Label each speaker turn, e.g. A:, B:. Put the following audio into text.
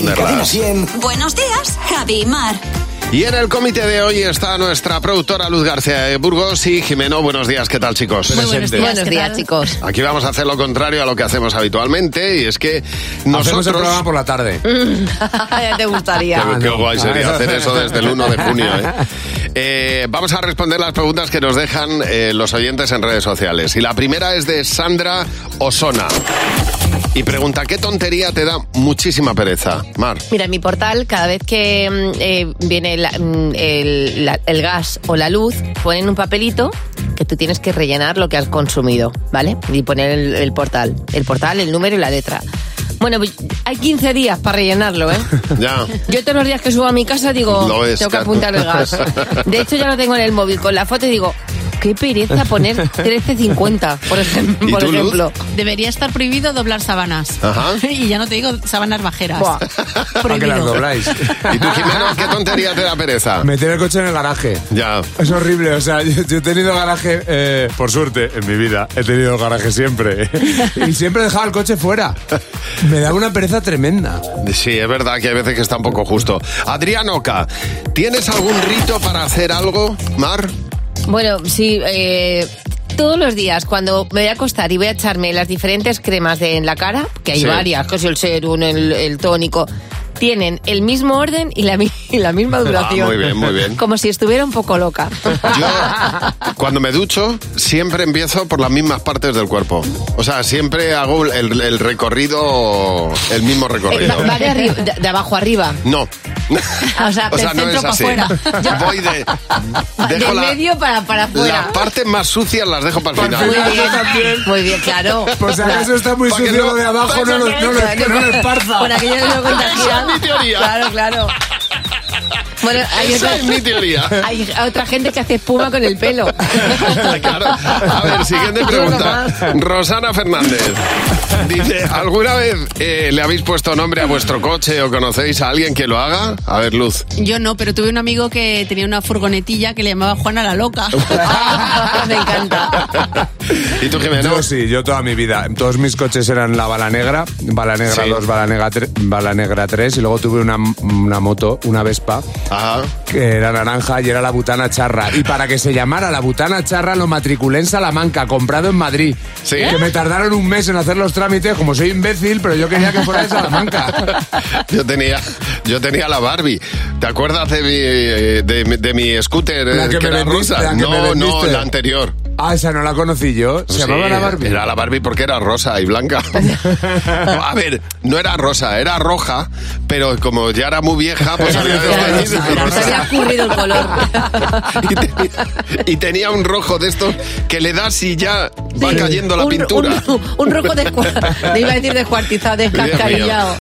A: responderlas.
B: 100. Buenos días, Javi y Mar.
A: Y en el comité de hoy está nuestra productora Luz García de Burgos y Jimeno. Buenos días, ¿qué tal, chicos?
C: Buenos días, chicos.
A: Aquí vamos a hacer lo contrario a lo que hacemos habitualmente y es que nosotros...
D: Hacemos el programa por la tarde. Ah,
C: ya te gustaría.
A: Qué- qué guay sería hacer eso desde el 1 de junio, ¿eh? Eh, vamos a responder las preguntas que nos dejan eh, los oyentes en redes sociales. Y la primera es de Sandra Osona. Y pregunta, ¿qué tontería te da muchísima pereza, Mar?
C: Mira, en mi portal, cada vez que mm, eh, viene la- mm, el, la- el gas o la luz, ponen un papelito que tú tienes que rellenar lo que has consumido, ¿vale? Y poner el, el portal. El portal, el número y la letra. Bueno, pues hay 15 días para rellenarlo, ¿eh?
A: Ya.
C: Yo todos los días que subo a mi casa digo,
A: Lo ves,
C: tengo que
A: claro.
C: apuntar el gas. De hecho, ya lo tengo en el móvil con la foto y digo, qué pereza poner 13.50, por, ejem-
A: ¿Y
C: por
A: tú, Luz?
C: ejemplo.
E: Debería estar prohibido doblar sábanas.
A: Ajá.
E: Y ya no te digo sábanas bajeras.
C: Buah.
A: Ah,
D: Para que las dobláis.
A: ¿Y tú, Jimeno, qué tontería te da pereza?
D: Meter el coche en el garaje.
A: Ya.
D: Es horrible, o sea, yo, yo he tenido garaje, eh, por suerte, en mi vida, he tenido garaje siempre. y siempre he dejado el coche fuera. Me da una pereza tremenda.
A: Sí, es verdad que hay veces que está un poco justo. Adrián Oca, ¿tienes algún rito para hacer algo, Mar? Ah,
C: Bueno, sí, eh, todos los días cuando me voy a acostar y voy a echarme las diferentes cremas de, en la cara, que hay
A: Sí.
C: varias, que es el serum, el, el tónico, tienen el mismo orden y la, mi- y la misma duración.
A: Ah, muy bien, muy bien.
C: Como si estuviera un poco loca.
A: Yo, cuando me ducho, siempre empiezo por las mismas partes del cuerpo. O sea, siempre hago el, el recorrido, el mismo
C: Eh,
A: recorrido.
C: va- va de, arri- de- de abajo arriba.
A: No.
C: O sea, del
A: no
C: centro
A: es
C: pa'
A: así.
C: fuera.
A: Voy de.
C: De
A: Dejo la-
C: medio para, para afuera.
A: las partes más sucias las dejo para el
D: Para el
A: final.
D: final.
C: Muy bien,
D: Yo también.
C: muy bien, claro.
D: Por si acaso está muy
A: Pa' que
D: sucio
A: no-
D: lo de abajo, no lo, no lo- no lo esparza.
C: Por aquello de no contagiar.
A: Esa es mi teoría.
C: Claro, claro. Bueno, hay
A: Esa es
C: otra,
A: mi teoría.
C: hay otra gente que hace espuma con el pelo.
A: Claro. A ver, siguiente
C: Uno
A: pregunta.
C: más.
A: Rosana Fernández. Dice, ¿alguna vez eh, le habéis puesto nombre a vuestro coche o conocéis a alguien que lo haga? A ver, Luz.
E: Yo no, pero tuve un amigo que tenía una furgonetilla que le llamaba Juana la Loca.
C: Me encanta.
A: ¿Y tú, Jimeno?
D: Yo sí, yo toda mi vida. Todos mis coches eran la bala negra, bala negra
A: Sí.
D: 2, bala negra, 3, bala negra 3 y luego tuve una, una moto, una Vespa,
A: Ajá.
D: que era naranja y era la butana charra. Y para que se llamara la butana charra lo matriculé en Salamanca, comprado en Madrid.
A: Sí.
D: Que me tardaron un mes en hacer los trámites, como soy imbécil, pero yo quería que fuera de Salamanca.
A: Yo tenía, yo tenía la Barbie. ¿Te acuerdas de mi, eh, de, mi- de mi scooter eh,
D: La que me
A: era
D: vendiste,
A: rosa?
D: la que
A: no,
D: me
A: no,
D: vendiste.
A: la anterior.
D: Ah, esa no la conocí yo. Se
A: Sí,
D: llamaba la Barbie.
A: Era la Barbie porque era rosa y blanca. A ver, no era rosa, era roja, pero como ya era muy vieja, pues había
C: Claro,
D: Ay,
C: se
A: decidido
C: me
D: rosa.
C: había
A: rosa.
C: ocurrido el color.
A: Y tenía, y tenía un rojo de estos que le das y ya va cayendo la
C: Un-
A: pintura.
C: Un, un rojo descua- no iba a decir descuartizado,
A: Dios mío.
C: descascarillado.